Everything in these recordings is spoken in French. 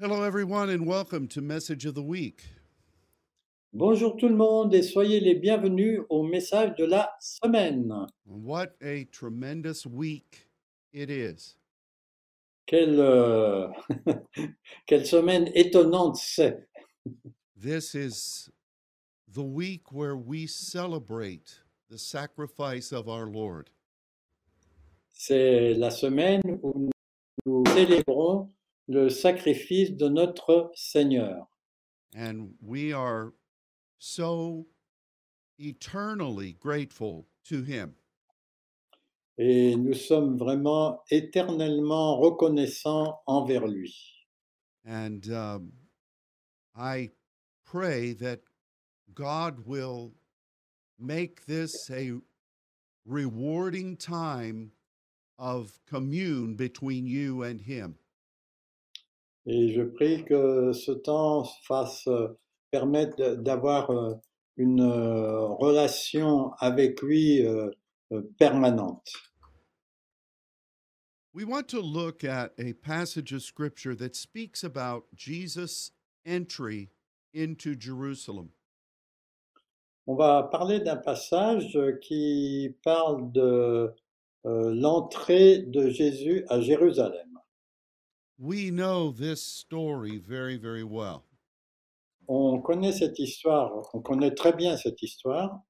Hello, everyone, and welcome to Message of the Week. Bonjour tout le monde et soyez les bienvenus au message de la semaine. What a tremendous week it is. Quelle, euh, quelle semaine étonnante c'est. This is the week where we celebrate the sacrifice of our Lord. C'est la semaine où nous célébrons le sacrifice de notre Seigneur. And we are so eternally grateful to Him. Et nous sommes vraiment éternellement reconnaissants envers lui. And um, I pray that God will make this a rewarding time of commune between you and Him. Et je prie que ce temps fasse euh, permette de- d'avoir euh, une euh, relation avec lui euh, euh, permanente. We want to look at a passage of scripture that speaks about Jesus' entry into Jerusalem. On va parler d'un passage euh, qui parle de euh, l'entrée de Jésus à Jérusalem. We know this story very, very well. On connaît cette histoire, on connaît très bien cette histoire.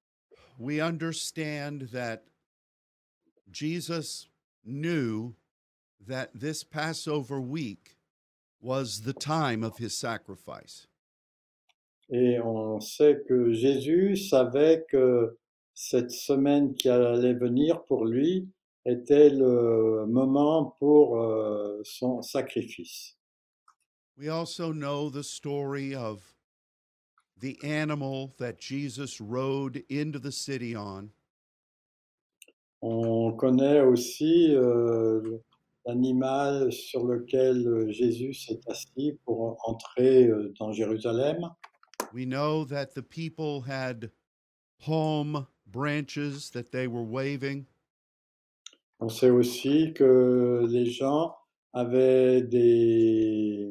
We understand that Jesus knew that this Passover week was the time of his sacrifice. Et on sait que Jésus savait que cette semaine qui allait venir pour lui était le moment pour euh, son sacrifice. We also know the story of the animal that Jesus rode into the city on. On connaît aussi euh, l'animal sur lequel Jésus s'est assis pour entrer euh, dans Jérusalem. We know that the people had palm branches that they were waving. On sait aussi que les gens avaient des,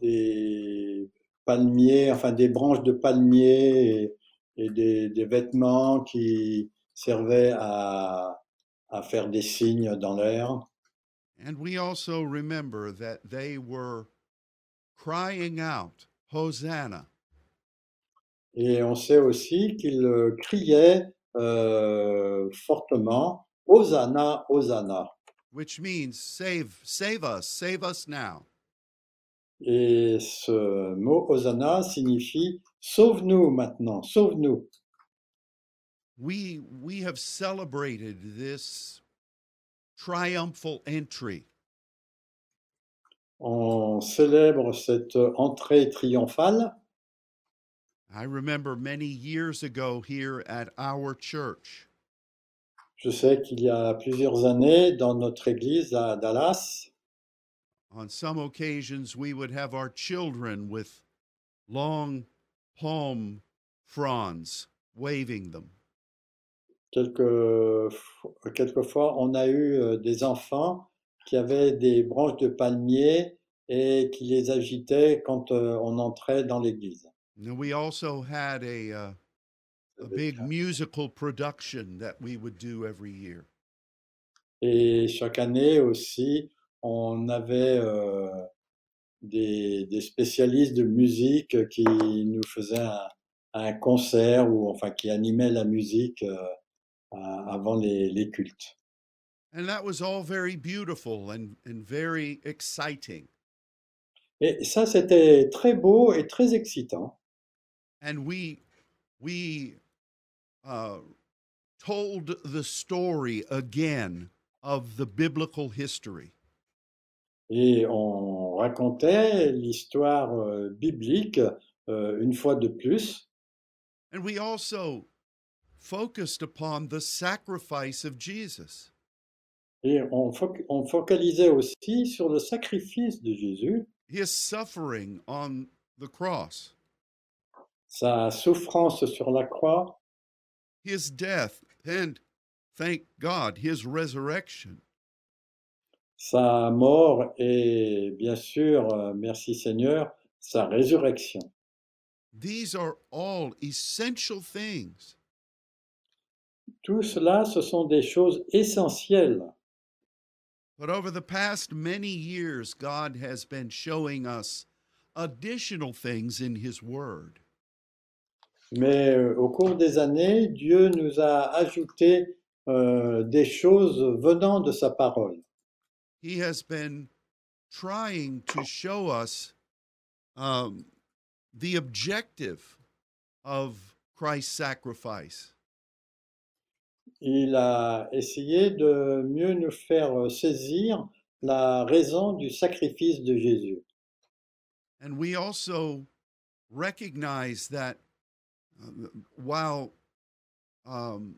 des palmiers, enfin des branches de palmiers et, et des, des vêtements qui servaient à, à faire des signes dans l'air. And we also remember that they were crying out, Hosanna. Et on sait aussi qu'il euh, criait euh, fortement Hosanna, Hosanna. which means save save us save us now Et ce mot Hosanna signifie Sauve-nous maintenant, sauve-nous. we we have celebrated this triumphal entry On célèbre cette entrée triomphale. i remember many years ago here at our church Je sais qu'il y a plusieurs années, dans notre église à Dallas, on some occasions we would have our children with long palm fronds waving them quelques, quelquefois, on a eu euh, des enfants qui avaient des branches de palmier et qui les agitaient quand euh, on entrait dans l'église. and we also had a uh, a big musical production that we would do every year Et chaque année aussi, on avait euh, des, des spécialistes de musique qui nous faisaient un, un concert ou enfin qui animaient la musique euh, à- avant les, les cultes. And that was all very beautiful and, and very exciting. Et ça, c'était très beau et très excitant. And we we uh, told the story again of the biblical history. Et on racontait l'histoire euh, biblique euh, une fois de plus. And we also focused upon the sacrifice of Jesus. Et on, fo- on focalisait aussi sur le sacrifice de Jésus, His suffering on the cross, sa souffrance sur la croix, his death, and thank God, his resurrection. sa mort et bien sûr, euh, merci Seigneur, sa résurrection. These are all essential things Tout cela, ce sont des choses essentielles. But over the past many years, God has been showing us additional things in His Word. Mais euh, au cours des années, Dieu nous a ajouté euh, des choses venant de sa parole. He has been trying to show us um, the objective of Christ's sacrifice. Il a essayé de mieux nous faire euh, saisir la raison du sacrifice de Jésus. And we also recognize that um, while um,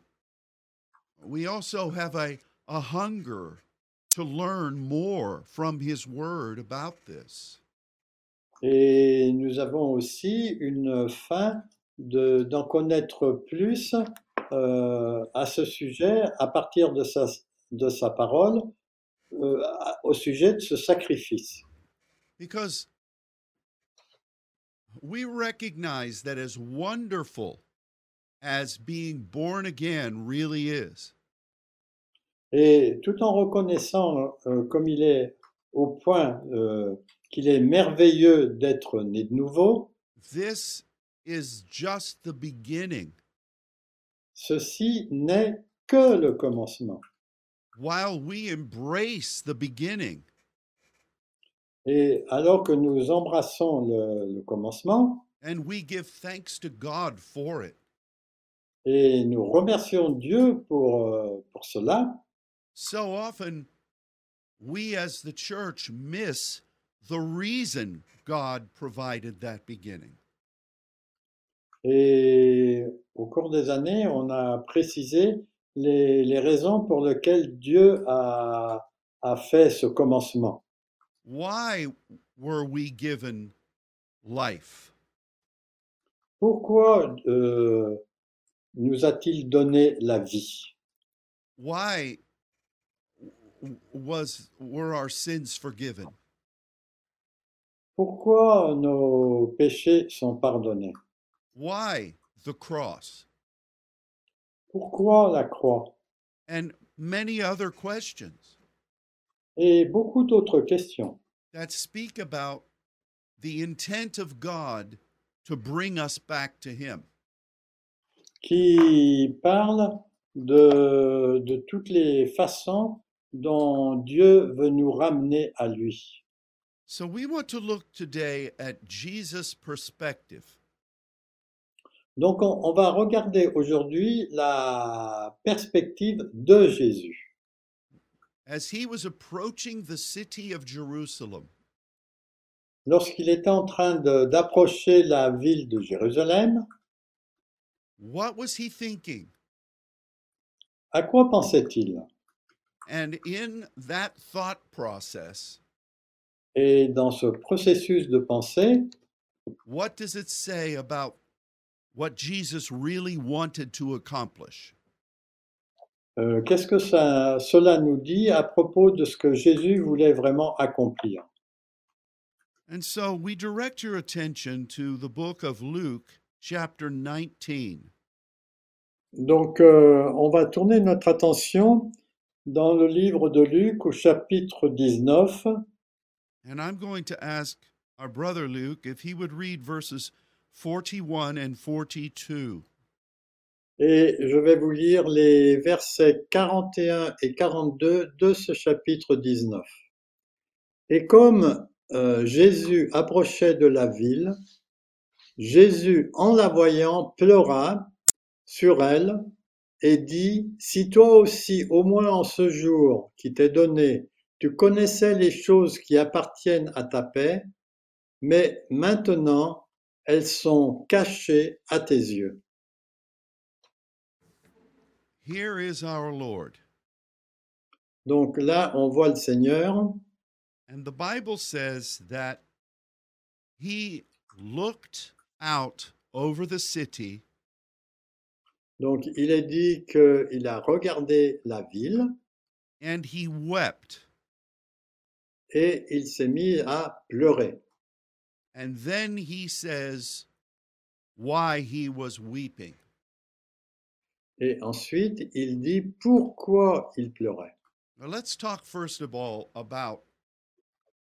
we also have a, a hunger to learn more from His Word about this. Et nous avons aussi une fin de- d'en connaître plus euh, à ce sujet, à partir de sa, de sa parole, euh, à- au sujet de ce sacrifice. Because we recognize that as wonderful as being born again really is, Et tout en reconnaissant euh, comme il est au point euh, qu'il est merveilleux d'être né de nouveau, this is just the beginning. ceci n'est que le commencement. While we embrace the beginning, Et alors que nous embrassons le, le commencement and we give thanks to God for it. et nous remercions Dieu pour, euh, pour cela, So often, we as the church miss the reason God provided that beginning. et au cours des années, on a précisé les, les raisons pour lesquelles Dieu a, a fait ce commencement. Why were we given life? Pourquoi euh, nous a-t-il donné la vie Why w- was were our sins forgiven? Pourquoi nos péchés sont pardonnés Why the cross? Pourquoi la croix And many other questions Et beaucoup d'autres questions that speak about the intent of God to bring us back to him. qui parlent de, de toutes les façons dont Dieu veut nous ramener à lui. So we want to look today at Jesus' perspective. Donc on, on va regarder aujourd'hui la perspective de Jésus. As he was approaching the city of Jerusalem, Lorsqu'il était en train de- d'approcher la ville de Jérusalem, what was he thinking? à quoi pensait-il And in that thought process, Et dans ce processus de pensée, what does it say about what Jesus really wanted to accomplish? euh, qu'est-ce que ça, cela nous dit à propos de ce que Jésus voulait vraiment accomplir And so we direct your attention to the book of Luke, chapter 19. Donc, euh, on va tourner notre attention dans le livre de Luc au chapitre 19 And I'm going to ask our brother Luke if he would read verses 41 and 42. et je vais vous lire les versets 41 et 42 de ce chapitre 19. Et comme euh, Jésus approchait de la ville, Jésus, en la voyant, pleura sur elle et dit, Si toi aussi, au moins en ce jour qui t'est donné, tu connaissais les choses qui appartiennent à ta paix, mais maintenant elles sont cachées à tes yeux. Here is our Lord. Donc là, on voit le Seigneur And the Bible says that he looked out over the city Donc, il est dit qu'il a regardé la ville and he wept. et il s'est mis à pleurer. And then he says why he was weeping. Et ensuite, il dit pourquoi il pleurait. Now let's talk first of all about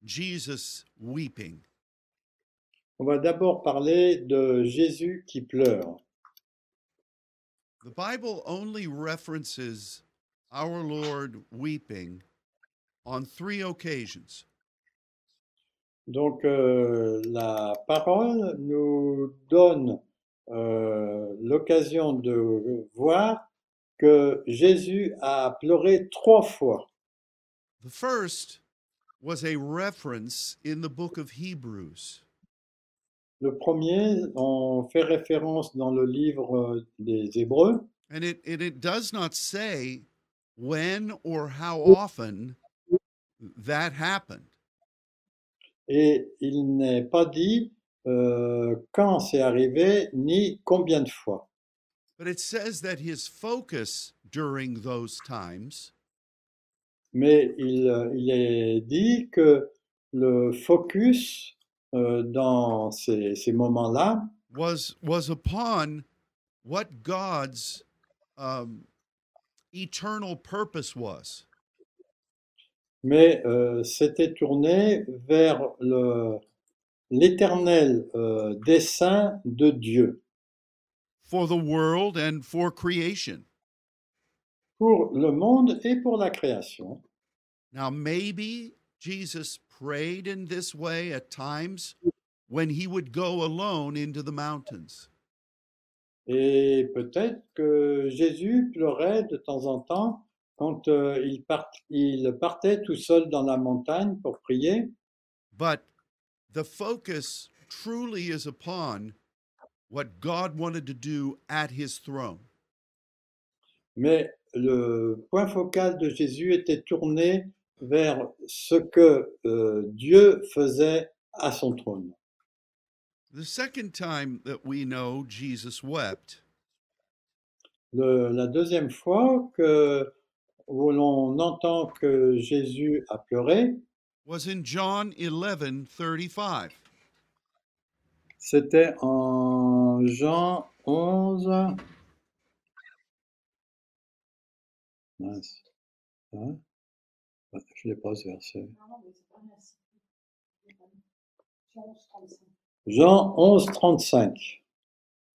Jesus weeping. On va d'abord parler de Jésus qui pleure. The Bible only references our Lord weeping on three occasions. Donc euh, la parole nous donne euh, l'occasion de voir que Jésus a pleuré trois fois. The first was a reference in the book of Hebrews. Le premier, on fait référence dans le livre euh, des Hébreux, And it, and it does not say when or how often that happened. et il n'est pas dit euh, quand c'est arrivé ni combien de fois. But it says that his focus during those times Mais il, euh, il est dit que le focus euh, dans ces, ces moments-là was was upon what God's um, eternal purpose was. mais euh, s'était tourné vers le- l'éternel euh, dessein de Dieu for the world and for creation. pour le monde et pour la création. Now, maybe Jesus prayed in this way at times when he would go alone into the mountains. Et peut-être que Jésus pleurait de temps en temps quand euh, il, part- il partait tout seul dans la montagne pour prier, But the focus truly is upon what God wanted to do at his throne. mais le point focal de Jésus était tourné vers ce que euh, Dieu faisait à son trône. The second time that we know Jesus wept Le- la deuxième fois que où l'on entend que Jésus a pleuré, was in John 11 35. c'était en Jean 11. Mince. Hein? Ouais, je l'ai pas ce verset. Jean 11, 35.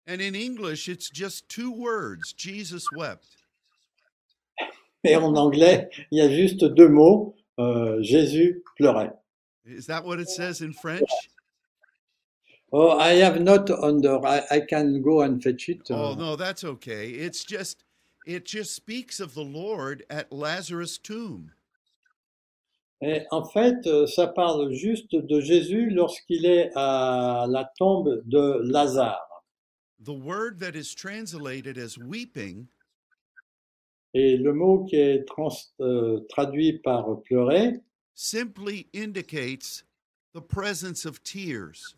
And in English, it's just two words Jesus wept. Et en anglais, il y a juste deux mots. euh, Jésus pleurait. Is that what it says in French? Oh, I have not under. I, I can go and fetch it. Euh, Oh no, that's okay. It's just it just speaks of the Lord at Lazarus' tomb. Et en fait, euh, ça parle juste de Jésus lorsqu'il est à la tombe de Lazare. The word that is translated as weeping Et le mot qui est trans- euh, traduit par pleurer simply indicates the presence of tears.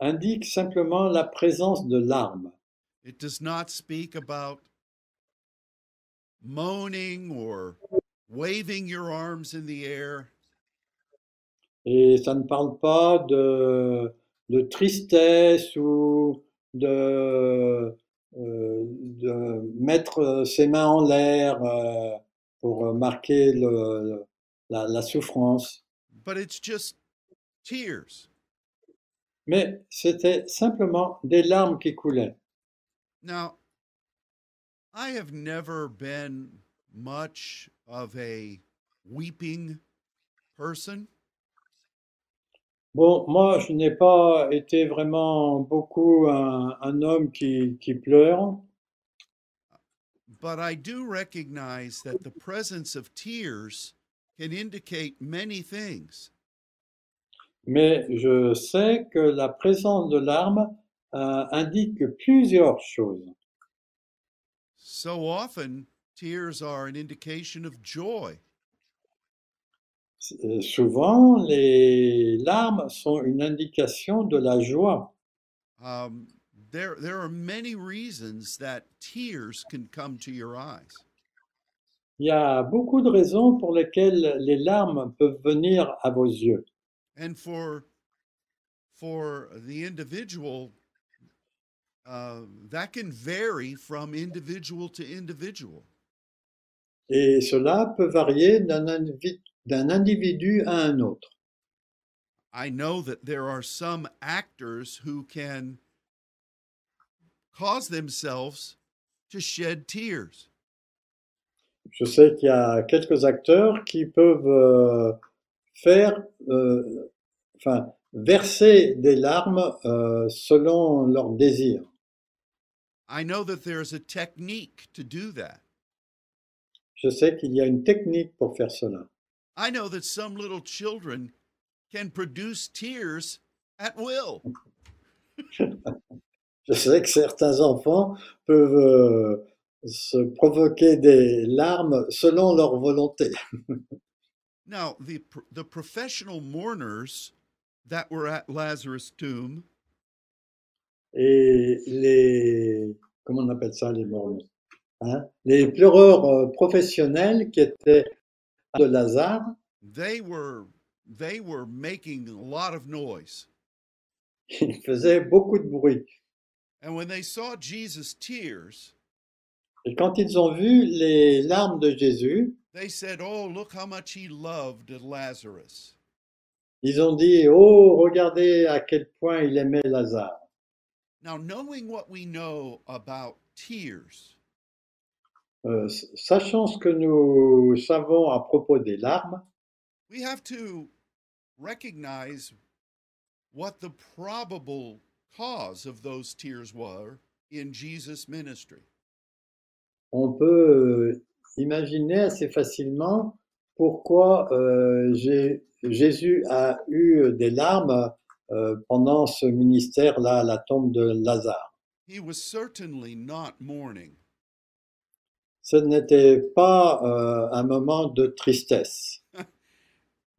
indique simplement la présence de larmes. It does not speak about moaning or waving your arms in the air. Et ça ne parle pas de, de tristesse ou de, euh, de mettre ses mains en l'air euh, pour marquer le- le- la- la souffrance. But it's just tears. mais c'était simplement des larmes qui coulaient. Now, I have never been much of a weeping person, Bon, moi, je n'ai pas été vraiment beaucoup un, un homme qui, qui pleure, but I do recognize that the presence of tears can indicate many things. mais je sais que la présence de larmes euh, indique plusieurs choses. So often, tears are an indication of joy. Euh, Souvent, les larmes sont une indication de la joie. Um, there, there are many reasons that tears can come to your eyes. Il y a beaucoup de raisons pour lesquelles les larmes peuvent venir à vos yeux. And for for the individual, uh, that can vary from individual to individual. Et cela peut varier d'un indivi- d'un individu à un autre. I know that there are some actors who can cause themselves to shed tears. Je sais qu'il y a quelques acteurs qui peuvent euh, faire, euh, enfin, verser des larmes euh, selon leur désir. I know that there's a technique to do that. Je sais qu'il y a une technique pour faire cela. I know that some little children can produce tears at will. Je sais que certains enfants peuvent euh, se provoquer des larmes selon leur volonté. Now, the pr- the professional mourners that were at Lazarus' tomb, Et les, comment on appelle ça, les mormons, hein? Les pleureurs euh, professionnels qui étaient de Lazare, they were they were making a lot of noise. ils faisaient beaucoup de bruit. And when they saw Jesus' tears, Et quand ils ont vu les larmes de Jésus, they said, "Oh, look how much he loved Lazarus." ils ont dit, Oh, regardez à quel point il aimait Lazare. Now, knowing what we know about tears, Euh, s- sachant ce que nous savons à propos des larmes, we have to recognize what the probable cause of those tears were in Jesus' ministry. on peut euh, imaginer assez facilement pourquoi euh, Jé- Jésus a eu des larmes euh, pendant ce ministère-là à la tombe de Lazare. He was certainly not mourning. Ce n'était pas euh, un moment de tristesse,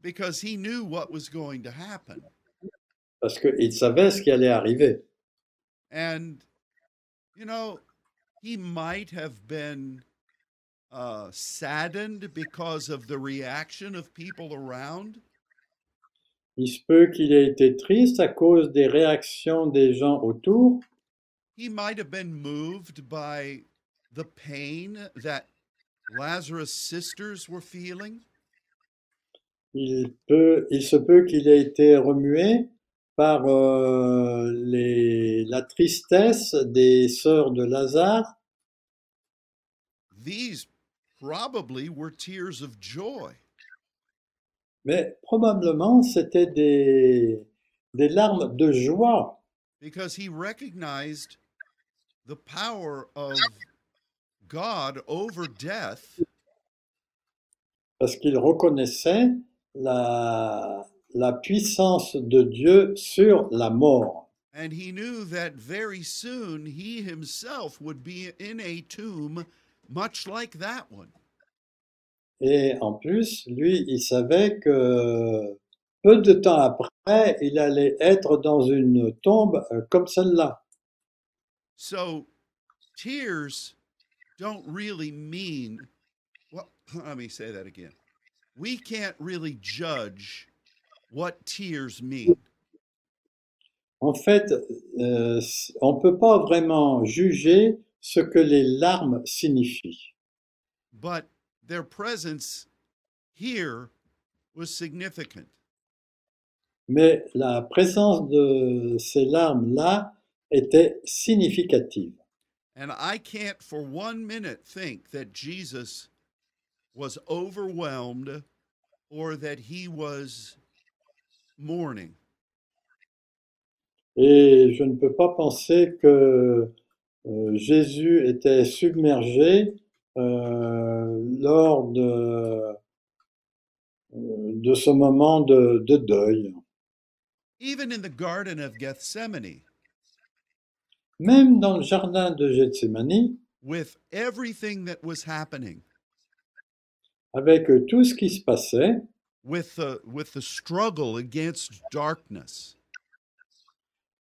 because he knew what was going to happen. parce qu'il savait ce qui allait arriver. And, you know, he might have been uh, saddened because of the reaction of people around, Il se peut qu'il ait été triste à cause des réactions des gens autour. he might have been moved by the pain that Lazarus' sisters were feeling. Il, peut, il se peut qu'il ait été remué par euh, les- la tristesse des sœurs de Lazare. These probably were tears of joy. Mais probablement, c'était des, des larmes de joie because he recognized the power of God over death parce qu'il reconnaissait la, la puissance de Dieu sur la mort. and he knew that very soon he himself would be in a tomb much like that one. Et en plus, lui, il savait que peu de temps après, il allait être dans une tombe euh, comme celle-là. So tears don't really mean well let me say that again. We can't really judge what tears mean. En fait, euh, on ne peut pas vraiment juger ce que les larmes signifient. but their presence here was significant. Mais la présence de ces larmes-là était significative. And I can't for one minute think that Jesus was overwhelmed or that he was mourning. Et je ne peux pas penser que euh, Jésus était submergé euh, lors de, euh, de ce moment de, de deuil. Even in the Garden of Gethsemane, Même dans le jardin de Gethsemane, with everything that was happening, avec tout ce qui se passait, with the, with the struggle against darkness,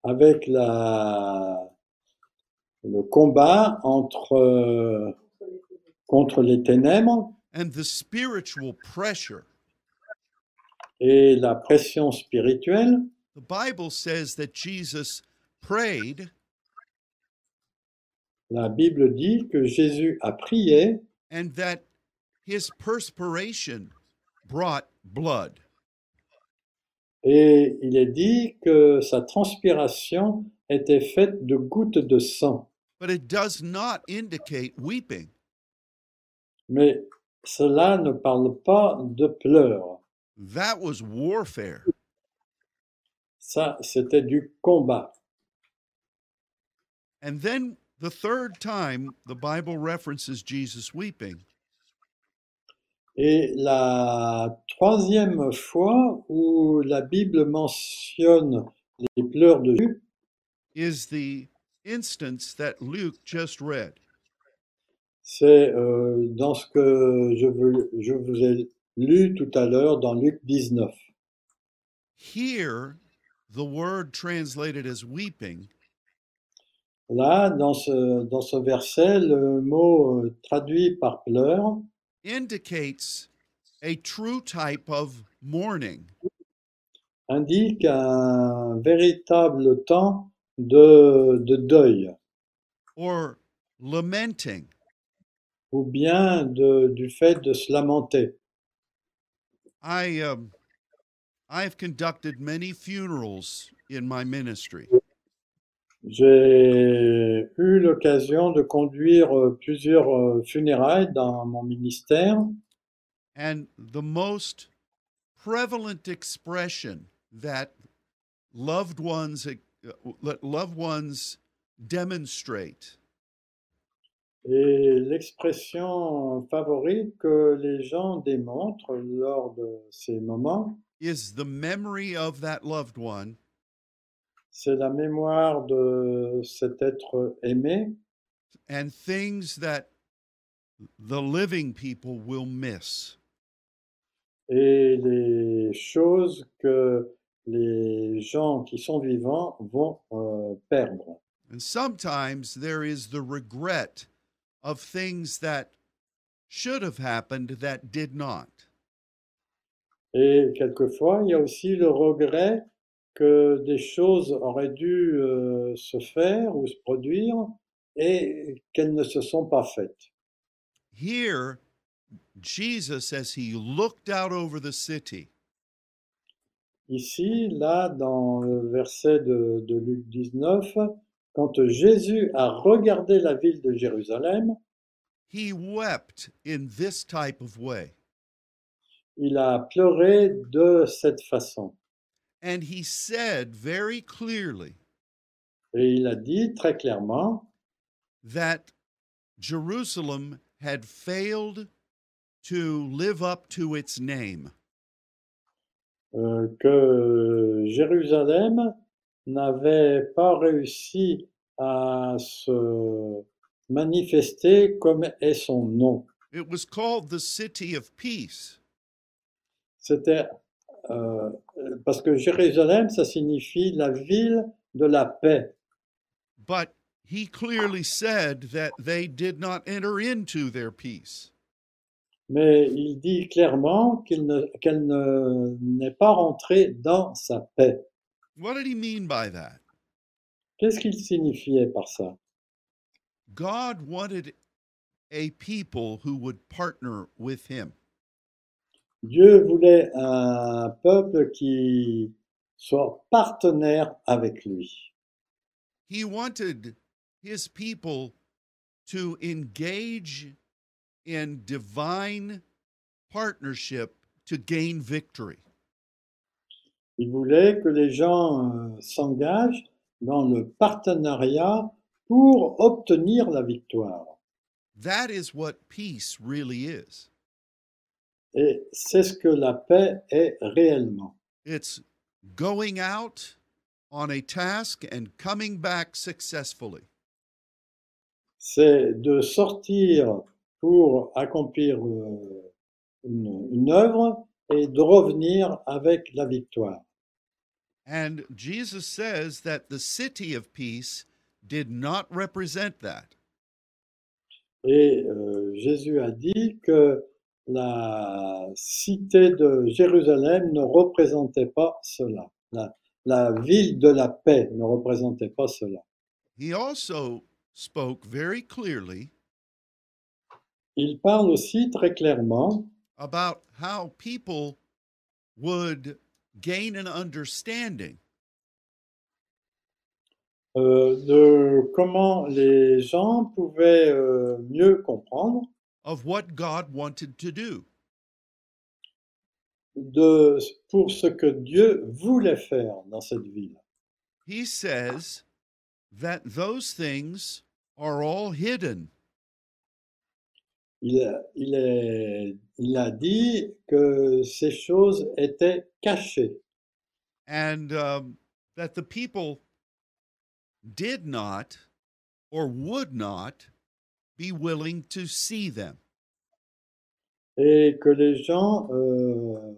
avec la, le combat entre, euh, contre les ténèbres, and the spiritual pressure. Et la pression spirituelle, The Bible says that Jesus prayed la Bible dit que Jésus a prié and that his perspiration brought blood. et il est dit que sa transpiration était faite de gouttes de sang. But it does not indicate weeping. Mais cela ne parle pas de pleurs. That was warfare. Ça, c'était du combat. And then the third time the Bible references Jesus weeping Et la troisième fois où la Bible mentionne les pleurs de Jésus, is the instance that Luke just read. c'est euh, dans ce que je, veux- je vous ai lu tout à l'heure dans Luc 19. Here, the word translated as weeping Là, dans ce, dans ce verset, le mot euh, traduit par pleurs indicates a true type of mourning. indique un véritable temps de, de deuil or lamenting. ou bien de- du fait de se lamenter. I um, I have conducted many funerals in my ministry, J'ai eu l'occasion de conduire euh, plusieurs euh, funérailles dans mon ministère and the most prevalent expression that loved ones uh, let loved ones demonstrate et l'expression favorite que les gens démontrent lors de ces moments, is the memory of that loved one c'est la mémoire de cet être aimé and things that the living people will miss. et les choses que les gens qui sont vivants vont euh, perdre. And sometimes there is the regret of things that should have happened that did not. Et quelquefois, il y a aussi le regret que des choses auraient dû euh, se faire ou se produire et qu'elles ne se sont pas faites. Here, Jesus, as he looked out over the city, Ici, là, dans le verset de, de Luc 19, quand Jésus a regardé la ville de Jérusalem, he wept in this type of way. il a pleuré de cette façon. And he said very clearly Et il a dit très clairement that Jerusalem had failed to live up to its name. euh, que Jérusalem n'avait pas réussi à se manifester comme est son nom. It was called the city of peace. C'était euh, parce que Jérusalem, ça signifie la ville de la paix. But he clearly said that they did not enter into their peace. Mais il dit clairement qu'il ne- qu'elle ne- n'est pas rentrée dans sa paix. What did he mean by that? Qu'est-ce qu'il signifiait par ça God wanted a people who would partner with him. Dieu voulait un peuple qui soit partenaire avec lui. He wanted his people to engage in divine partnership to gain victory. Il voulait que les gens euh, s'engagent dans le partenariat pour obtenir la victoire. That is what peace really is. Et c'est ce que la paix est réellement. It's going out on a task and coming back successfully. C'est de sortir pour accomplir euh, une, une œuvre et de revenir avec la victoire. And Jesus says that the city of peace did not represent that. Et euh, Jésus a dit que la cité de Jérusalem ne représentait pas cela. La, la ville de la paix ne représentait pas cela. He also spoke very clearly Il parle aussi très clairement about how people would gain an understanding euh, de comment les gens pouvaient euh, mieux comprendre of what God wanted to do. de, pour ce que Dieu voulait faire dans cette ville. He says that those things are all hidden. Il, a- il est- il a dit que ces choses étaient cachées and um, that the people did not or would not be willing to see them. et que les gens euh,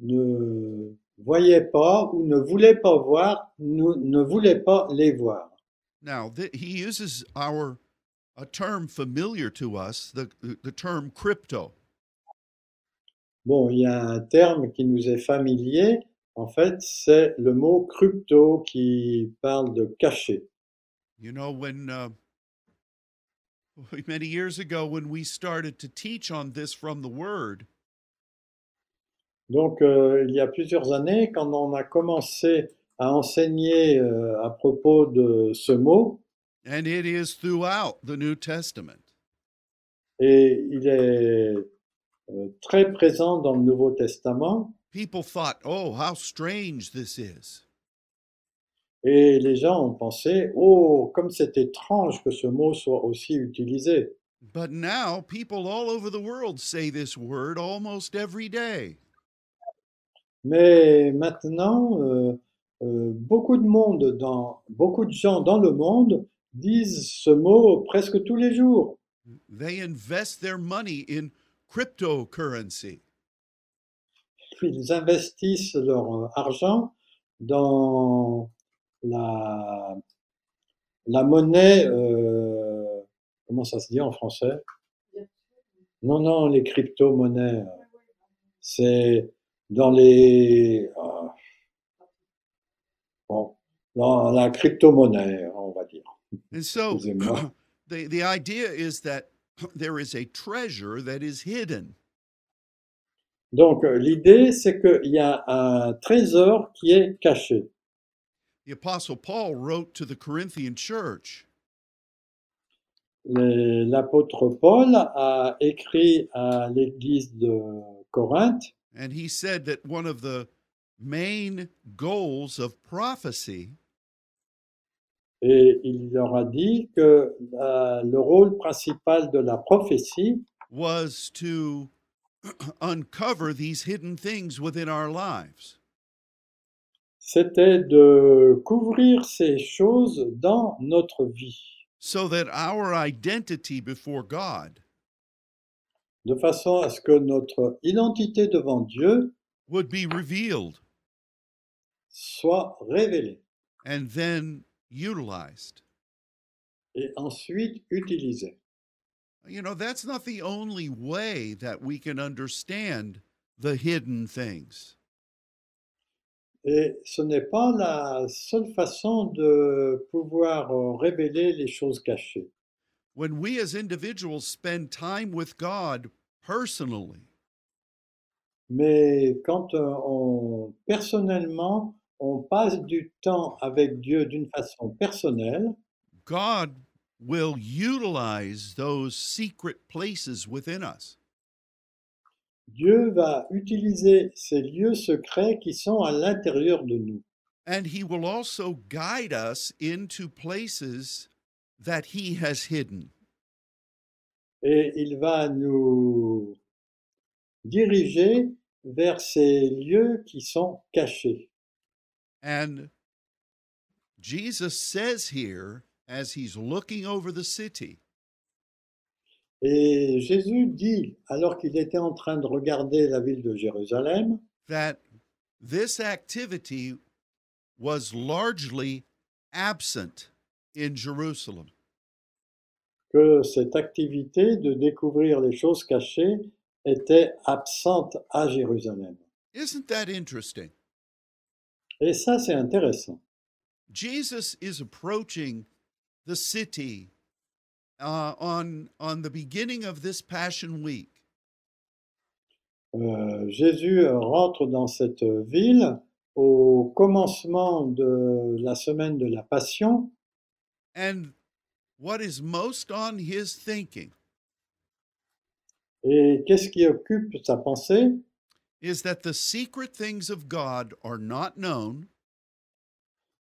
ne voyaient pas ou ne voulaient pas voir, nous- ne voulaient pas les voir. Now, th- he uses our a term familiar to us, the, the the term crypto. Bon, il y a un terme qui nous est familier, en fait, c'est le mot crypto qui parle de caché. You know, when uh, many years ago, when we started to teach on this from the Word, Donc, euh, il y a plusieurs années, quand on a commencé à enseigner euh, à propos de ce mot, and it is throughout the New Testament. et il est euh, très présent dans le Nouveau Testament, People thought, "Oh, how strange this is." et les gens ont pensé, oh, comme c'est étrange que ce mot soit aussi utilisé. But now people all over the world say this word almost every day. Mais maintenant, euh, euh, beaucoup de monde dans, beaucoup de gens dans le monde disent ce mot presque tous les jours. They invest their money in cryptocurrency. Ils investissent leur euh, argent dans la, la monnaie, euh, comment ça se dit en français? Non, non, les crypto-monnaies, euh, c'est dans les, euh, bon, dans la crypto-monnaie, on va dire. And so Excusez-moi. the, the idea is that there is a treasure that is hidden. Donc, euh, l'idée, c'est qu'il y a un trésor qui est caché. The Apostle Paul wrote to the Corinthian church Les- L'apôtre Paul a écrit à l'église de Corinthe and he said that one of the main goals of prophecy et il leur a dit que euh, le rôle principal de la prophétie, was to uncover these hidden things within our lives. c'était de couvrir ces choses dans notre vie, so that our identity before God de façon à ce que notre identité devant Dieu would be revealed soit révélée and then utilized. et ensuite utilisée. You know, that's not the only way that we can understand the hidden things. Et ce n'est pas la seule façon de pouvoir euh, révéler les choses cachées. When we as individuals spend time with God personally, Mais quand euh, on, personnellement, on passe du temps avec Dieu d'une façon personnelle, God will utilize those secret places within us. Dieu va utiliser ces lieux secrets qui sont à l'intérieur de nous. And He will also guide us into places that He has hidden. Et il va nous diriger vers ces lieux qui sont cachés. And Jesus says here, as he's looking over the city, Et Jésus dit, alors qu'il était en train de regarder la ville de Jérusalem, that this activity was largely absent in Jerusalem. que cette activité de découvrir les choses cachées était absente à Jérusalem. Isn't that interesting? Et ça, c'est intéressant. Jesus is approaching the city uh, on, on the beginning of this Passion Week. Euh, Jésus rentre dans cette ville au commencement de la semaine de la Passion And what is most on his thinking et qu'est-ce qui occupe sa pensée is that the secret things of God are not known,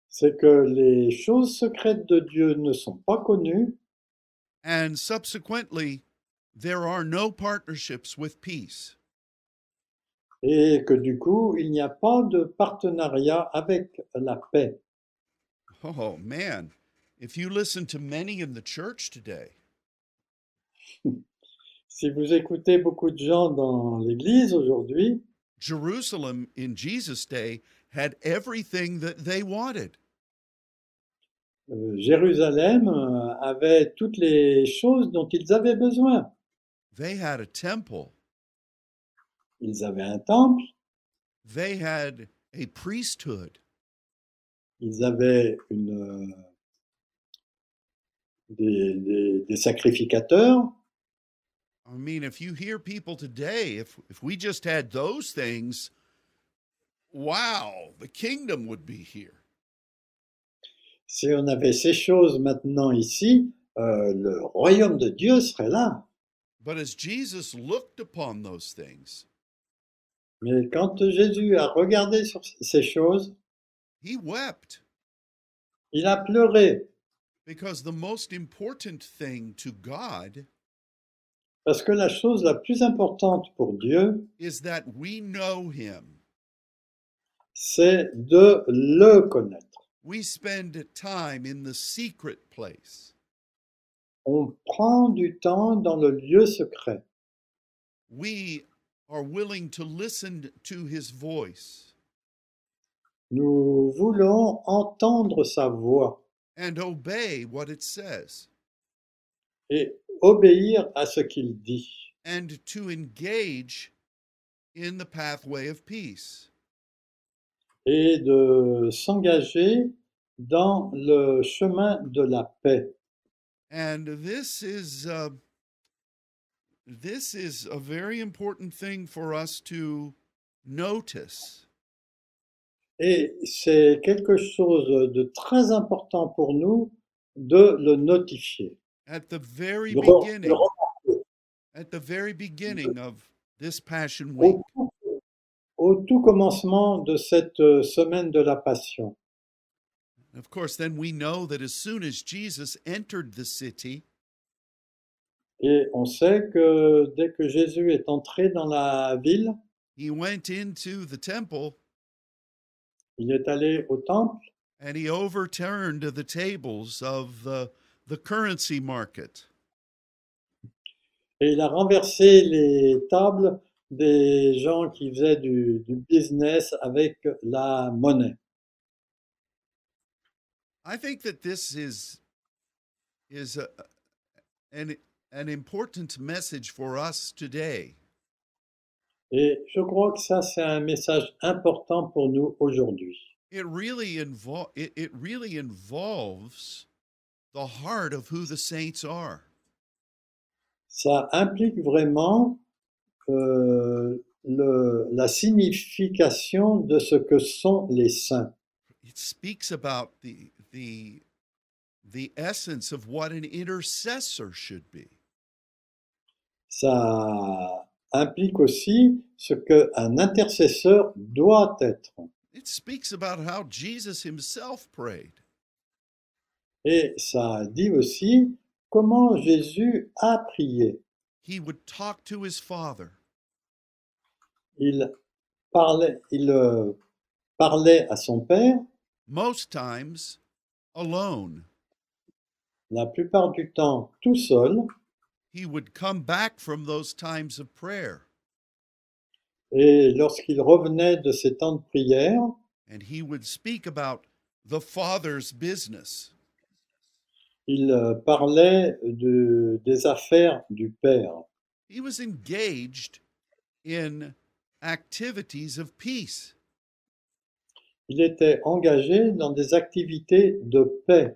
C'est que les choses secrètes de Dieu ne sont pas connues and subsequently, there are no partnerships with peace. et que du coup, il n'y a pas de partenariat avec la paix. Oh man, if you listen to many in the church today, Si vous écoutez beaucoup de gens dans l'Église aujourd'hui, Jerusalem in Jesus' day had everything that they wanted. euh, Jérusalem euh, avait toutes les choses dont ils avaient besoin. They had a temple, Ils avaient un temple, they had a priesthood, ils avaient une, euh, des- des- des sacrificateurs, I mean, if you hear people today, if if we just had those things, wow, the kingdom would be here. Si on avait ces choses maintenant ici, euh, le royaume de Dieu serait là. But as Jesus looked upon those things, Mais quand Jésus a regardé sur ces choses, he wept il a pleuré, because the most important thing to God parce que la chose la plus importante pour Dieu, is that we know him. c'est de le connaître. We spend time in the secret place. On prend du temps dans le lieu secret. We are willing to listen to his voice Nous voulons entendre sa voix and obey what it says. et obéir à ce qu'il dit and to engage in the pathway of peace. et de s'engager dans le chemin de la paix. And this is uh, this is a very important thing for us to notice Et c'est quelque chose de très important pour nous de le notifier, at the very de re- de beginning, le at the very beginning of this Passion Week, remarquer au, tout- au tout commencement de cette euh, semaine de la Passion. of course. Then we know that as soon as Jesus entered the city, Et on sait que dès que Jésus est entré dans la ville, he went into the temple il est allé au temple and he overturned the tables of uh, the currency market. et il a renversé les tables des gens qui faisaient du- du business avec la monnaie. I think that this is is a, an an important message for us today Et je crois que ça, c'est un message important pour nous aujourd'hui. it really invo- it, it really involves the heart of who the saints are ça implique vraiment euh, le- la signification de ce que sont les saints. it speaks about the the the essence of what an intercessor should be Ça implique aussi ce qu'un intercesseur doit être. it speaks about how jesus himself prayed Et ça dit aussi comment Jésus a prié. he would talk to his father Il parlait, il euh, parlait à son Père most times alone la plupart du temps tout seul he would come back from those times of prayer et lorsqu'il revenait de ses temps de prière, and he would speak about the father's business Il euh, parlait de- des affaires du Père. he was engaged in activities of peace. Il était engagé dans des activités de paix.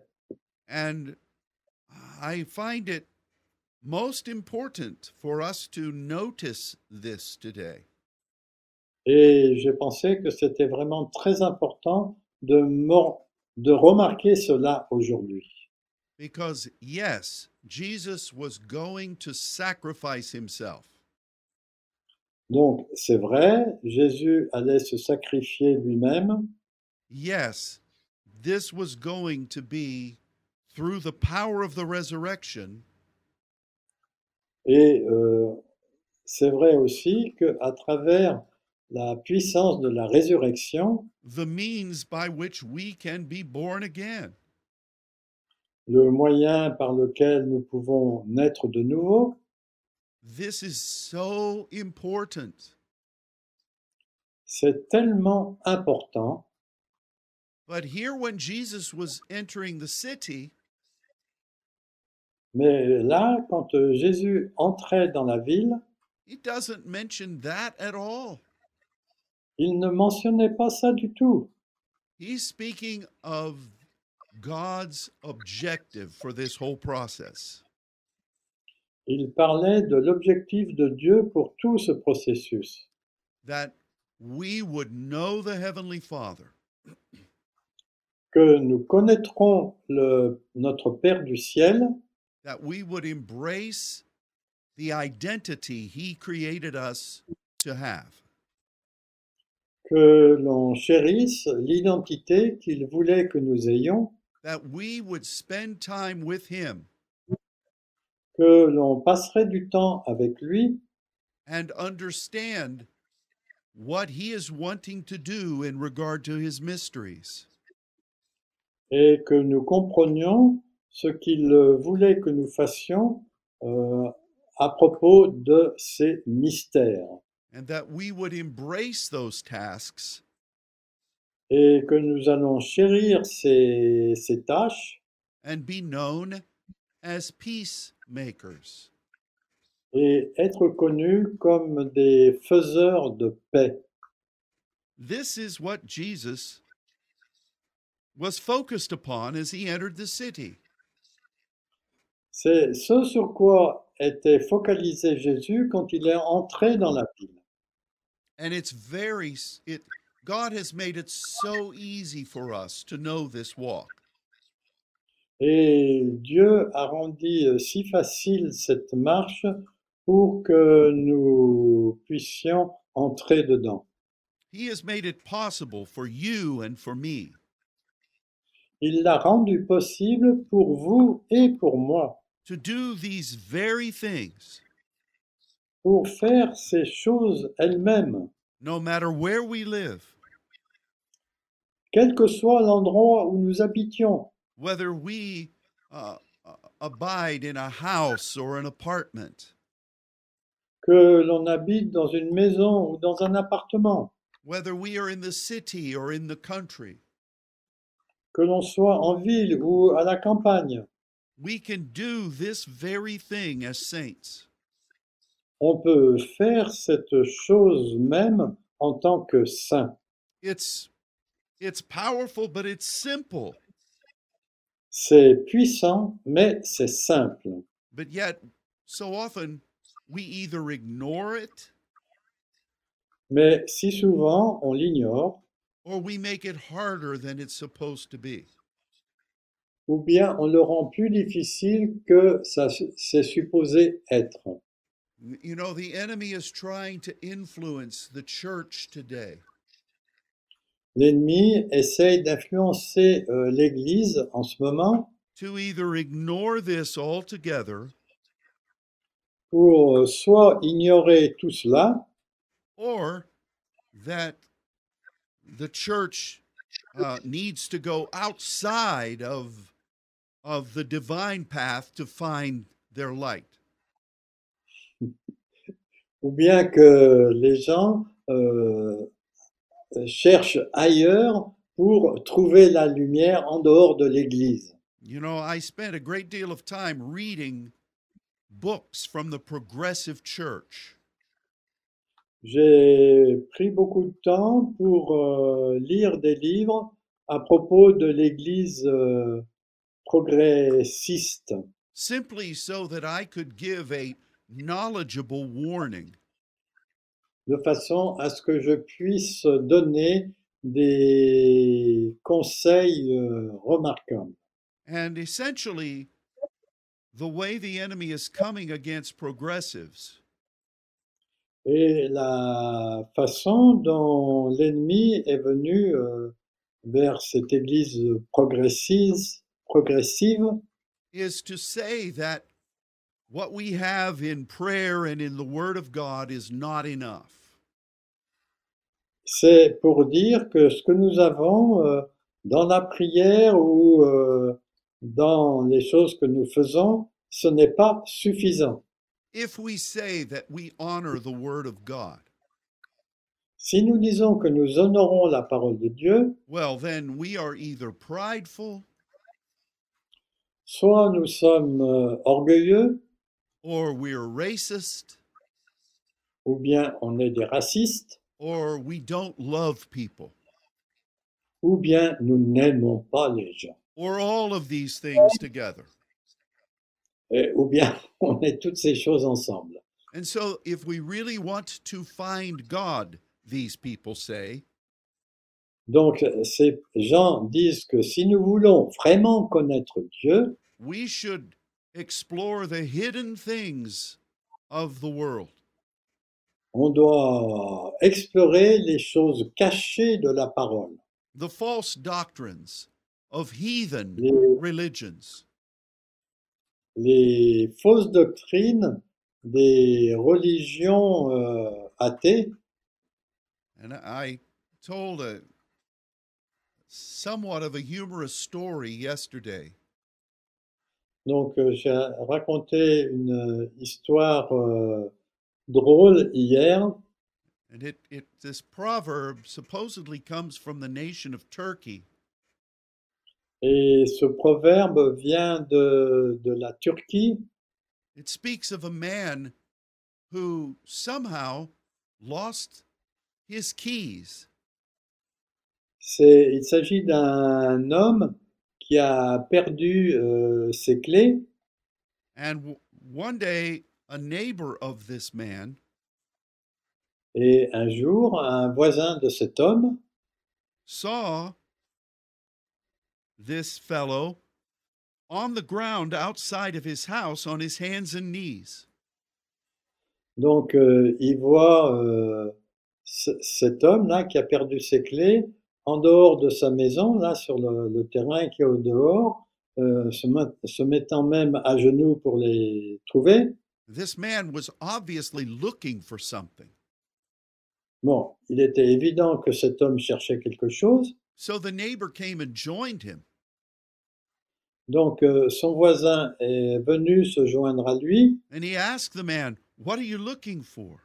And I find it most important for us to notice this today. Et j'ai pensé que c'était vraiment très important de, mor- de remarquer cela aujourd'hui. Because, yes, Jesus was going to sacrifice himself, Donc, c'est vrai, Jésus allait se sacrifier lui-même. yes, this was going to be through the power of the resurrection Et euh, c'est vrai aussi qu'à travers la puissance de la résurrection, the means by which we can be born again. le moyen par lequel nous pouvons naître de nouveau, This is so important. c'est tellement important. But here, when Jesus was entering the city, Mais là, quand euh, Jésus entrait dans la ville, he doesn't mention that at all. il ne mentionnait pas ça du tout. He's speaking of God's objective for this whole process. Il parlait de l'objectif de Dieu pour tout ce processus, that we would know the Heavenly Father que nous connaîtrons le- notre Père du ciel, that we would embrace the identity he created us to have. que l'on chérisse l'identité qu'il voulait que nous ayons, That we would spend time with him que l'on passerait du temps avec lui and understand what he is wanting to do in regard to his mysteries. et que nous comprenions ce qu'il euh, voulait que nous fassions euh, à propos de ces mystères And that we would embrace those tasks et que nous allons chérir ces, ces tâches and be known as peacemakers. et être connus comme des faiseurs de paix. This is what Jesus was focused upon as he entered the city. C'est ce sur quoi était focalisé Jésus quand il est entré dans la ville. And it's very s- it God has made it so easy for us to know this walk. Et Dieu a rendu euh, si facile cette marche pour que nous puissions entrer dedans. He has made it possible for you and for me. Il l'a rendu possible pour vous et pour moi, to do these very things, pour faire ces choses elles-mêmes, no matter where we live, quel que soit l'endroit où nous habitions, whether we uh, uh, abide in a house or an apartment, que l'on habite dans une maison ou dans un appartement, whether we are in the city or in the country. que l'on soit en ville ou à la campagne. We can do this very thing as saints. On peut faire cette chose même en tant que saint. It's it's powerful, but it's simple. C'est puissant, mais c'est simple. But yet, so often we either ignore it Mais si souvent on l'ignore, or we make it harder than it's supposed to be. ou bien on le rend plus difficile que ça s- c'est supposé être. You know, the enemy is trying to influence the church today. L'ennemi essaye d'influencer euh, l'Église en ce moment to either ignore this altogether pour euh, soit ignorer tout cela, or that the church uh, needs to go outside of of the divine path to find their light. ou bien que les gens euh, cherchent ailleurs pour trouver la lumière en dehors de l'Église. You know, I spent a great deal of time reading books from the progressive church. j'ai pris beaucoup de temps pour euh, lire des livres à propos de l'Église euh, progressiste, simply so that I could give a knowledgeable warning. de façon à ce que je puisse donner des conseils euh, remarquables. And essentially, the way the enemy is coming against progressives Et la façon dont l'ennemi est venu euh, vers cette Église progressiste, progressive, is to say that what we have in prayer and in the Word of God is not enough. c'est pour dire que ce que nous avons euh, dans la prière ou euh, dans les choses que nous faisons, ce n'est pas suffisant. If we say that we honor the Word of God, Si nous disons que nous honorons la parole de Dieu, well, then we are either prideful soit nous sommes euh, orgueilleux, or we're racist ou bien on est des racistes, or we don't love people ou bien nous n'aimons pas les gens, or all of these things together. Et- ou bien on est toutes ces choses ensemble. And so, if we really want to find God, these people say, Donc euh, ces gens disent que si nous voulons vraiment connaître Dieu, we should explore the hidden things of the world. On doit explorer les choses cachées de la parole, the false doctrines of heathen les, religions. les fausses doctrines des religions euh, athées. And I told a somewhat of a humorous story yesterday Donc euh, j'ai raconté une histoire euh, drôle hier. and it, it this proverb supposedly comes from the nation of Turkey Et ce proverbe vient de, de la Turquie. it speaks of a man who somehow lost his keys C'est, il s'agit d'un homme qui a perdu euh, ses clés and w- one day a neighbor of this man et un jour un voisin de cet homme saw this fellow on the ground outside of his house on his hands and knees. Donc, euh, il voit euh, ce- cet homme-là qui a perdu ses clés en dehors de sa maison, là, sur le, le terrain qui est au dehors, euh, se, met- se mettant même à genoux pour les trouver. This man was obviously looking for something. Bon, il était évident que cet homme cherchait quelque chose. So the neighbor came and joined him. Donc, euh, son voisin est venu se joindre à lui And he asked the man, What are you looking for?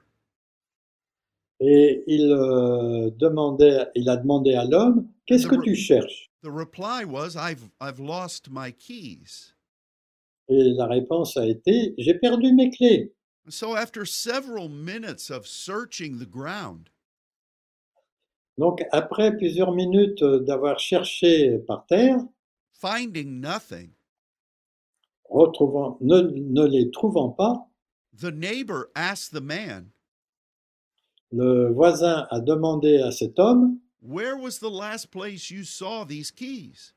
et il, euh, demandait, il a demandé à l'homme, Qu'est-ce que tu cherches? The reply was, I've, I've lost my keys. Et la réponse a été, J'ai perdu mes clés. So after several minutes of searching the ground, Donc, après plusieurs minutes euh, d'avoir cherché par terre, finding nothing, retrouvant, ne, ne les trouvant pas, the neighbor asked the man, le voisin a demandé à cet homme Where was the last place you saw these keys?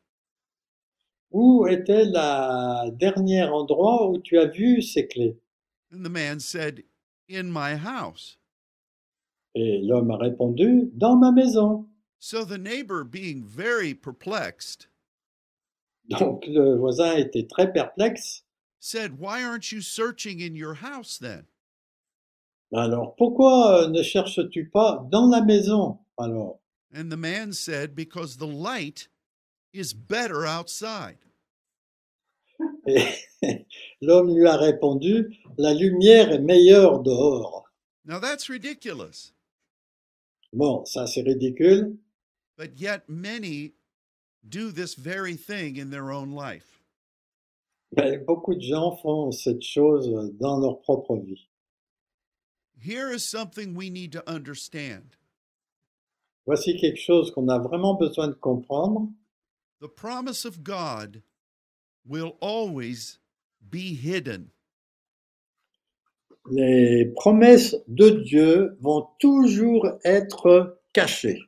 où était la dernière endroit où tu as vu ces clés. And the man said, In my house. Et l'homme a répondu, dans ma maison. So the neighbor, being very perplexed, Donc, le voisin était très perplexe. said, Why aren't you searching in your house then? Ben Alors, pourquoi euh, ne cherches-tu pas dans la maison alors? And the man said, Because the light is better outside. Et l'homme lui a répondu, la lumière est meilleure dehors. Now that's ridiculous, Bon, ça c'est ridicule. but yet many do this very thing in their own life. Ben, beaucoup de gens font cette chose dans leur propre vie. here is something we need to understand. Voici quelque chose qu'on a vraiment besoin de comprendre. The promise of God will always be hidden. Les promesses de Dieu vont toujours être cachées,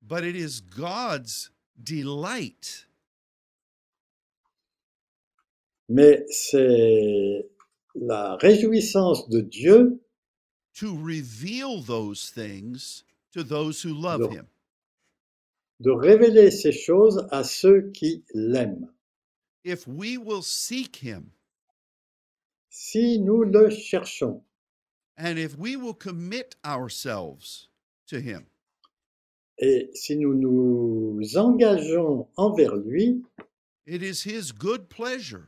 but it is God's delight mais c'est la réjouissance de Dieu to reveal those things to those who love No. him. de révéler ces choses à ceux qui l'aiment, If we will seek him si nous le cherchons and if we will commit ourselves to him, et si nous nous engageons envers lui, it is his good pleasure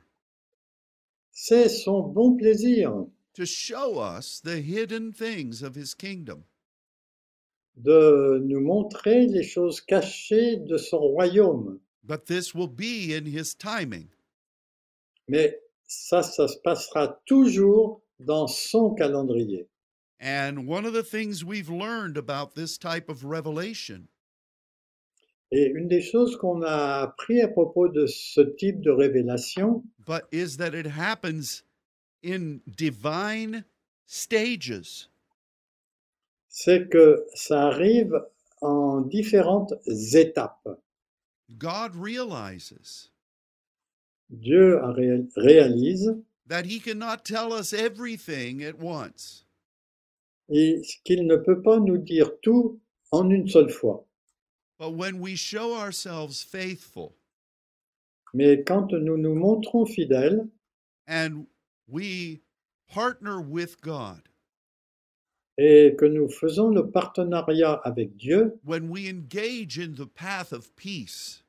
c'est son bon plaisir to show us the hidden things of his kingdom. de nous montrer les choses cachées de son royaume. But this will be in his timing. Mais ça, ça se passera toujours dans son calendrier. And one of the things we've learned about this type of revelation Et une des choses qu'on a appris à propos de ce type de révélation, but is that it happens in divine stages. c'est que ça arrive en différentes étapes. God realizes Dieu a réa- réalise that he cannot tell us everything at once. et ce qu'il ne peut pas nous dire tout en une seule fois. But when we show ourselves faithful Mais quand nous nous montrons fidèles and we partner with God, et que nous faisons le partenariat avec Dieu, when we engage in the path of peace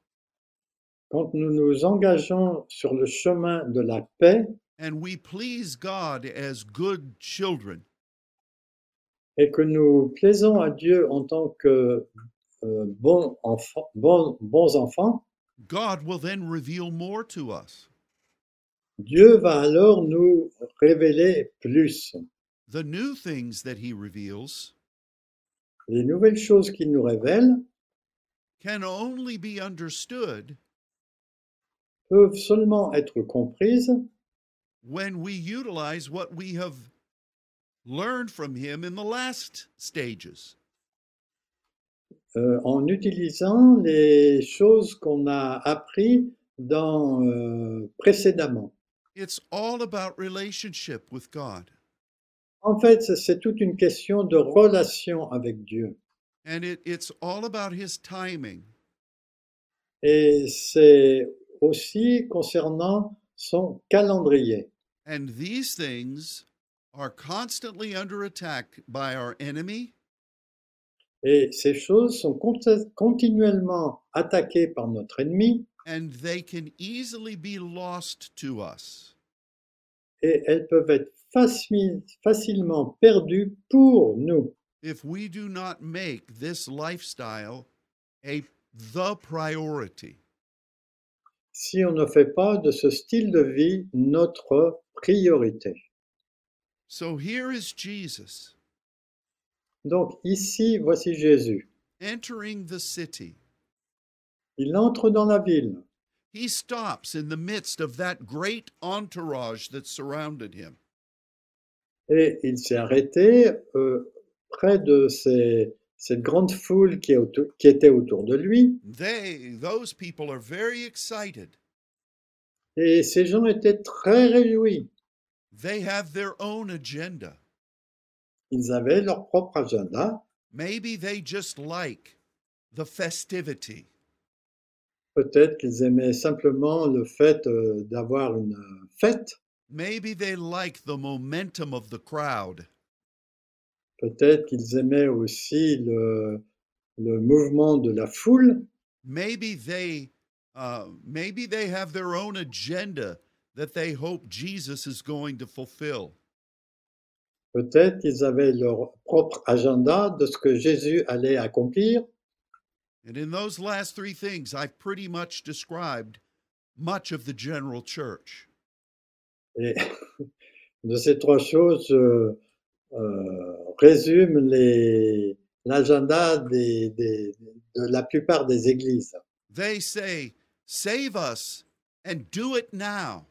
quand nous nous engageons sur le chemin de la paix and we please God as good children, et que nous plaisons à Dieu en tant que euh, bons enfants- bons- bons enfants, God will then reveal more to us. Dieu va alors nous révéler plus. The new things that he reveals Les nouvelles choses qu'il nous révèle can only be understood peuvent seulement être comprises when we utilize what we have learned from him in the last stages. euh, en utilisant les choses qu'on a apprises dans, euh, précédemment. It's all about relationship with God, En fait, c'est- c'est toute une question de relation avec Dieu. and it, it's all about his timing. Et c'est aussi concernant son calendrier. And these things are constantly under attack by our enemy Et ces choses sont conti- continuellement attaquées par notre ennemi and they can easily be lost to us. et elles peuvent être faci- facilement perdues pour nous if we do not make this lifestyle a the priority. si on ne fait pas de ce style de vie notre priorité. So here is Jesus Donc ici, voici Jésus. entering the city. Il entre dans la ville. He stops in the midst of that great entourage that surrounded him. Et il s'est arrêté euh, près de ces- cette grande foule qui, est auto- qui était autour de lui. They, those people, are very excited. Et ces gens étaient très réjouis. They have their own agenda. Ils avaient leur propre agenda. Maybe they just like the festivity. Peut-être qu'ils aimaient simplement le fait euh, d'avoir une euh, fête. Maybe they like the momentum of the crowd. Peut-être qu'ils aimaient aussi le, le mouvement de la foule. maybe they uh, maybe they have their own agenda that they hope Jesus is going to fulfill. Peut-être qu'ils avaient leur propre agenda de ce que Jésus allait accomplir. And in those last three things, I've pretty much described much of the general church. Et de ces trois choses, euh, euh, résume les, l'agenda des, des- de la plupart des églises. They say, Save us and do it now.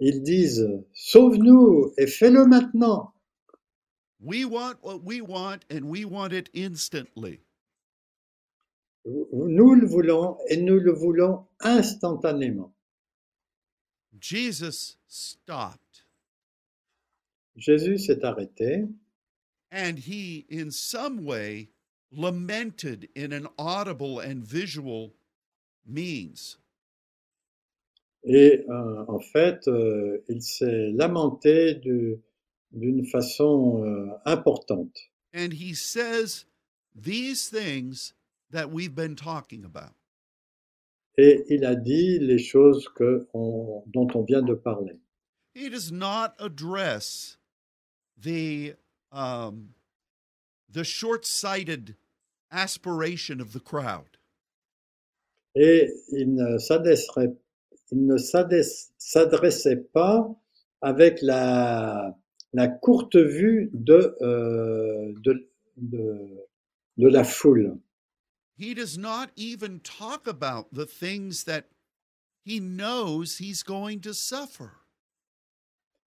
Ils disent Sauve-nous et fais-le maintenant. We want what we want and we want it instantly. Nous le voulons et nous le voulons instantanément. Jesus stopped Jésus s'est arrêté and he, in some way, lamented in an audible and visual means. et euh, en fait, euh, il s'est lamenté du- d'une façon euh, importante. And he says these things that we've been talking about. Et il a dit les choses que on- dont on vient de parler. He does not address the um, the short-sighted aspiration of the crowd. et il ne s'adresserait, il ne s'adresse- s'adressait pas avec la, la courte vue de, euh, de, de- de la foule. He does not even talk about the things that he knows he's going to suffer.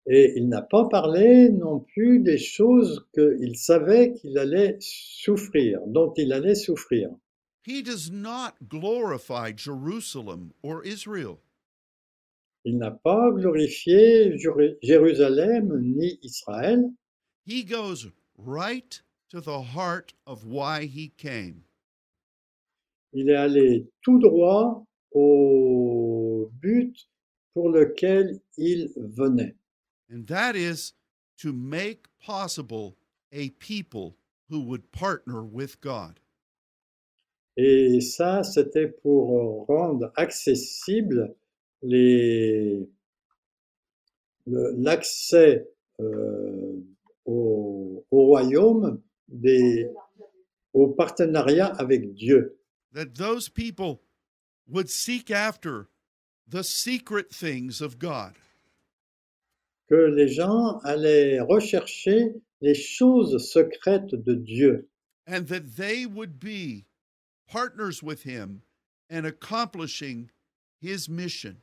Et il n'a pas parlé non plus des choses qu'il savait qu'il allait souffrir, dont il allait souffrir. He does not glorify Jerusalem or Israel. Il n'a pas glorifié Jéru- Jérusalem ni Israël. He goes right to the heart of why he came. Il est allé tout droit au but pour lequel il venait. and that is to make possible a people who would partner with God. Et ça, c'était pour rendre accessible les- le- l'accès euh, au, au royaume, des, au partenariat avec Dieu. That those people would seek after the secret things of God. Que les gens allaient rechercher les choses secrètes de Dieu. and that they would be partners with him in accomplishing his mission.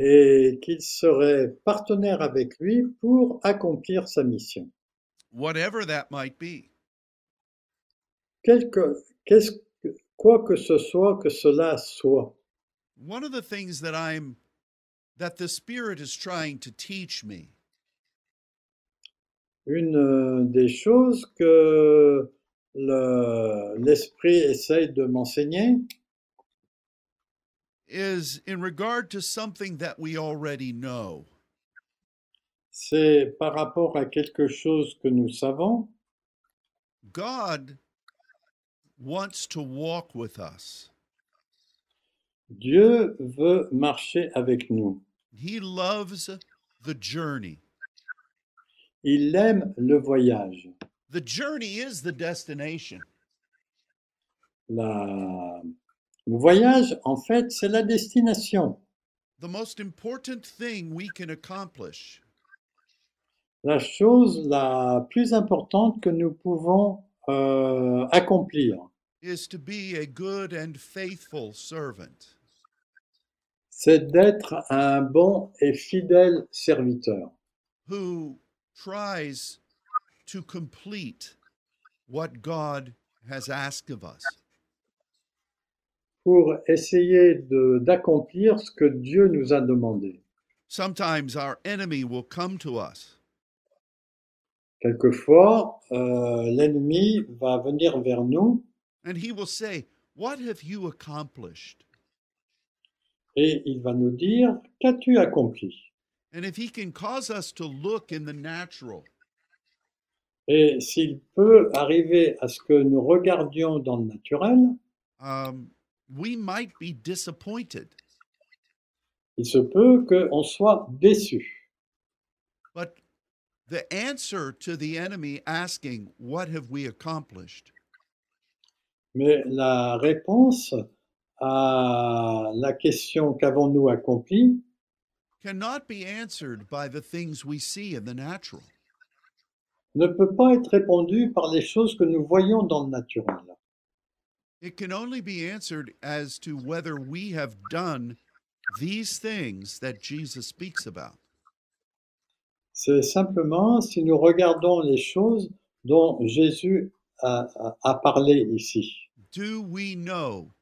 et qu'il serait partenaire avec lui pour accomplir sa mission. Whatever that might be, Quel que- qu'est-ce que- quoi que ce soit que cela soit, one of the things that I'm that the Spirit is trying to teach me une euh, des choses que le- l'esprit essaye de m'enseigner, is in regard to something that we already know. c'est par rapport à quelque chose que nous savons, God wants to walk with us. Dieu veut marcher avec nous. He loves the journey. Il aime le voyage. The journey is the destination. La- Le voyage, en fait, c'est la destination. The most important thing we can accomplish la chose la plus importante que nous pouvons euh, accomplir, is to be a good and faithful servant. c'est d'être un bon et fidèle serviteur who tries to complete what God has asked of us. pour essayer de- d'accomplir ce que Dieu nous a demandé. Sometimes our enemy will come to us Quelquefois, euh, l'ennemi va venir vers nous and he will say, What have you accomplished? et il va nous dire, qu'as-tu accompli And if he can cause us to look in the natural Et s'il peut arriver à ce que nous regardions dans le naturel, um, we might be disappointed. il se peut qu'on soit déçu. But the answer to the enemy asking, What have we accomplished? Mais la réponse à la question qu'avons-nous accompli, cannot be answered by the things we see in the natural. ne peut pas être répondu par les choses que nous voyons dans le naturel. It can only be answered as to whether we have done these things that Jesus speaks about. C'est simplement si nous regardons les choses dont Jésus a, a- a parlé ici. Do we know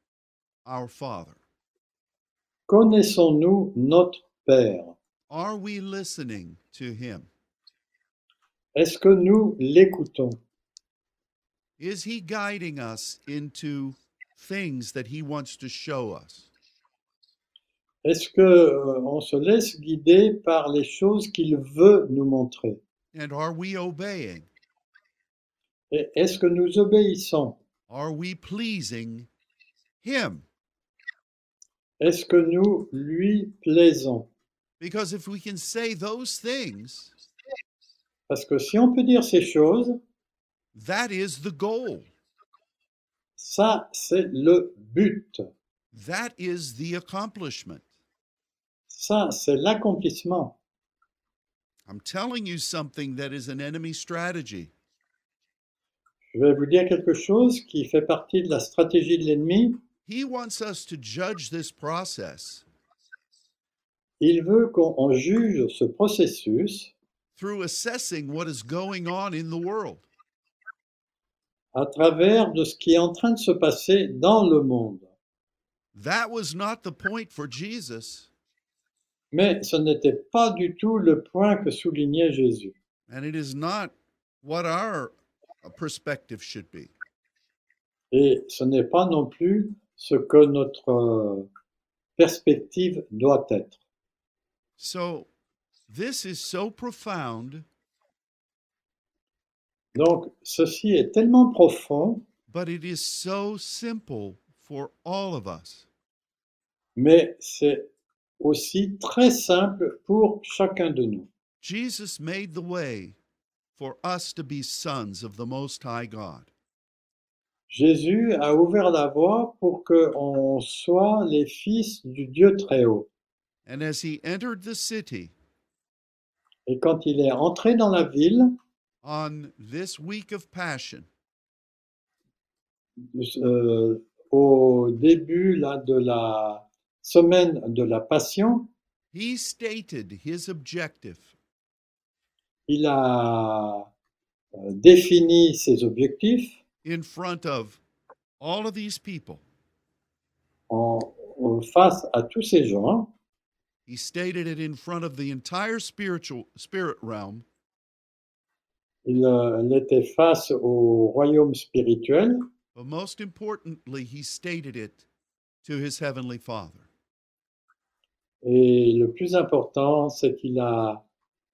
our Father? Connaissons-nous notre Père Are we listening to Him? Est-ce que nous l'écoutons Is He guiding us into things that He wants to show us? Est-ce que euh, on se laisse guider par les choses qu'il veut nous montrer And are we obeying? Et Est-ce que nous obéissons Are we pleasing Him? Est-ce que nous lui plaisons Because if we can say those things, Parce que si on peut dire ces choses, that is the goal. ça c'est le but. That is the accomplishment. Ça, c'est l'accomplissement. I'm telling you something that is an enemy strategy. Je vais vous dire quelque chose qui fait partie de la stratégie de l'ennemi. He wants us to judge this process Il veut qu'on on juge ce processus through assessing what is going on in the world. à travers de ce qui est en train de se passer dans le monde. That was not the point for Jesus, Mais ce n'était pas du tout le point que soulignait Jésus. and it is not what our perspective should be. Et ce n'est pas non plus ce que notre euh, perspective doit être. So, this is so profound, Donc, ceci est tellement profond, but it is so simple for all of us. mais c'est aussi très simple pour chacun de nous. Jesus made the way for us to be sons of the Most High God. Jésus a ouvert la voie pour que on soit les fils du Dieu très haut. And as he entered the city Et quand il est entré dans la ville, on this week of Passion, euh, au début là, de la semaine de la Passion, he stated his objective il a euh, défini ses objectifs in front of all of these people. en, en face à tous ces gens. He stated it in front of the entire spiritual spirit realm, Il euh, il était face au royaume spirituel, but most importantly, he stated it to his heavenly Father. Et le plus important, c'est qu'il a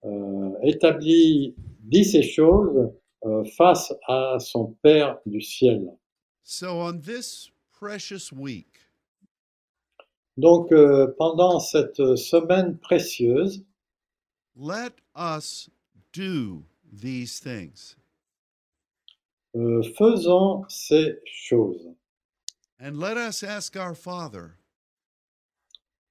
euh, établi, dit ces choses euh, face à son Père du ciel. So on this precious week, Donc, euh, pendant cette semaine précieuse, let us do these things euh, faisons ces choses. and let us ask our Father,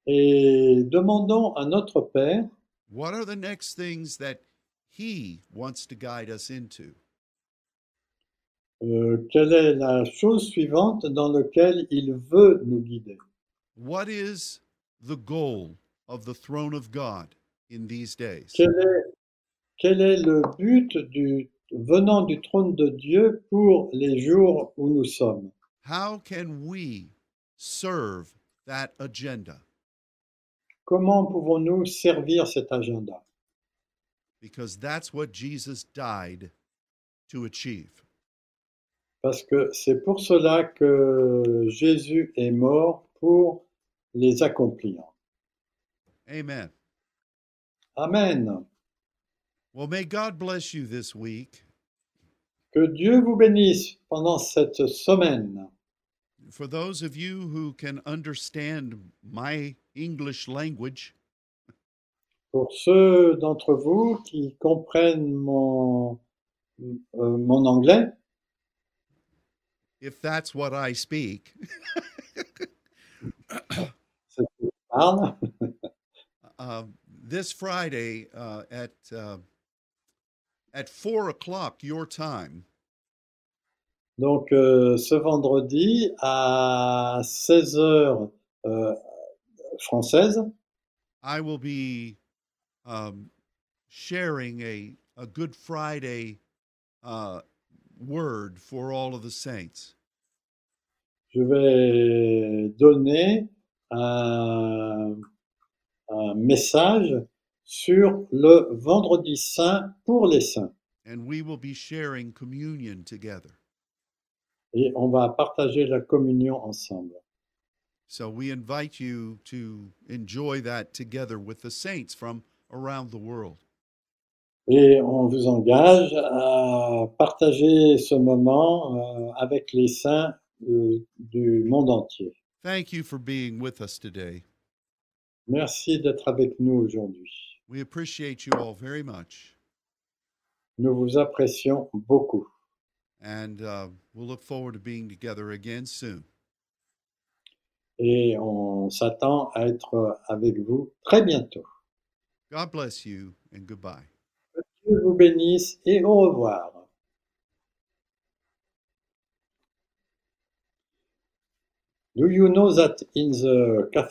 Et demandons à notre Père what are the next things that he wants to guide us into? euh, quelle est la chose suivante dans laquelle il veut nous guider. What is the goal of the throne of God in these days? Quel est, quel est le but du, venant du trône de Dieu pour les jours où nous sommes How can we serve that agenda? Comment pouvons-nous servir cet agenda Because that's what Jesus died to achieve. Parce que c'est pour cela que Jésus est mort pour les accomplir. Amen. Amen. Well, may God bless you this week Que Dieu vous bénisse pendant cette semaine. for those of you who can understand my English language, Pour ceux d'entre vous qui comprennent mon, euh, mon anglais, if that's what I speak, c'est ce que je parle, um, this Friday uh, at uh, at four o'clock your time. Donc, euh, ce vendredi à 16h française, I will be um, sharing a, a Good Friday uh, word for all of the saints. je vais donner un, un message sur le vendredi saint pour les saints. And we will be sharing communion together. Et on va partager la communion ensemble. So we invite you to enjoy that together with the saints from around the world. Et on vous engage à partager ce moment euh, avec les saints euh, du monde entier. Thank you for being with us today. Merci d'être avec nous aujourd'hui. We appreciate you all very much. Nous vous apprécions beaucoup And uh, we'll look forward to being together again soon. et on s'attend à être avec vous très bientôt. God bless you and goodbye. Dieu vous bénisse et au revoir. Do you know that in the Catholic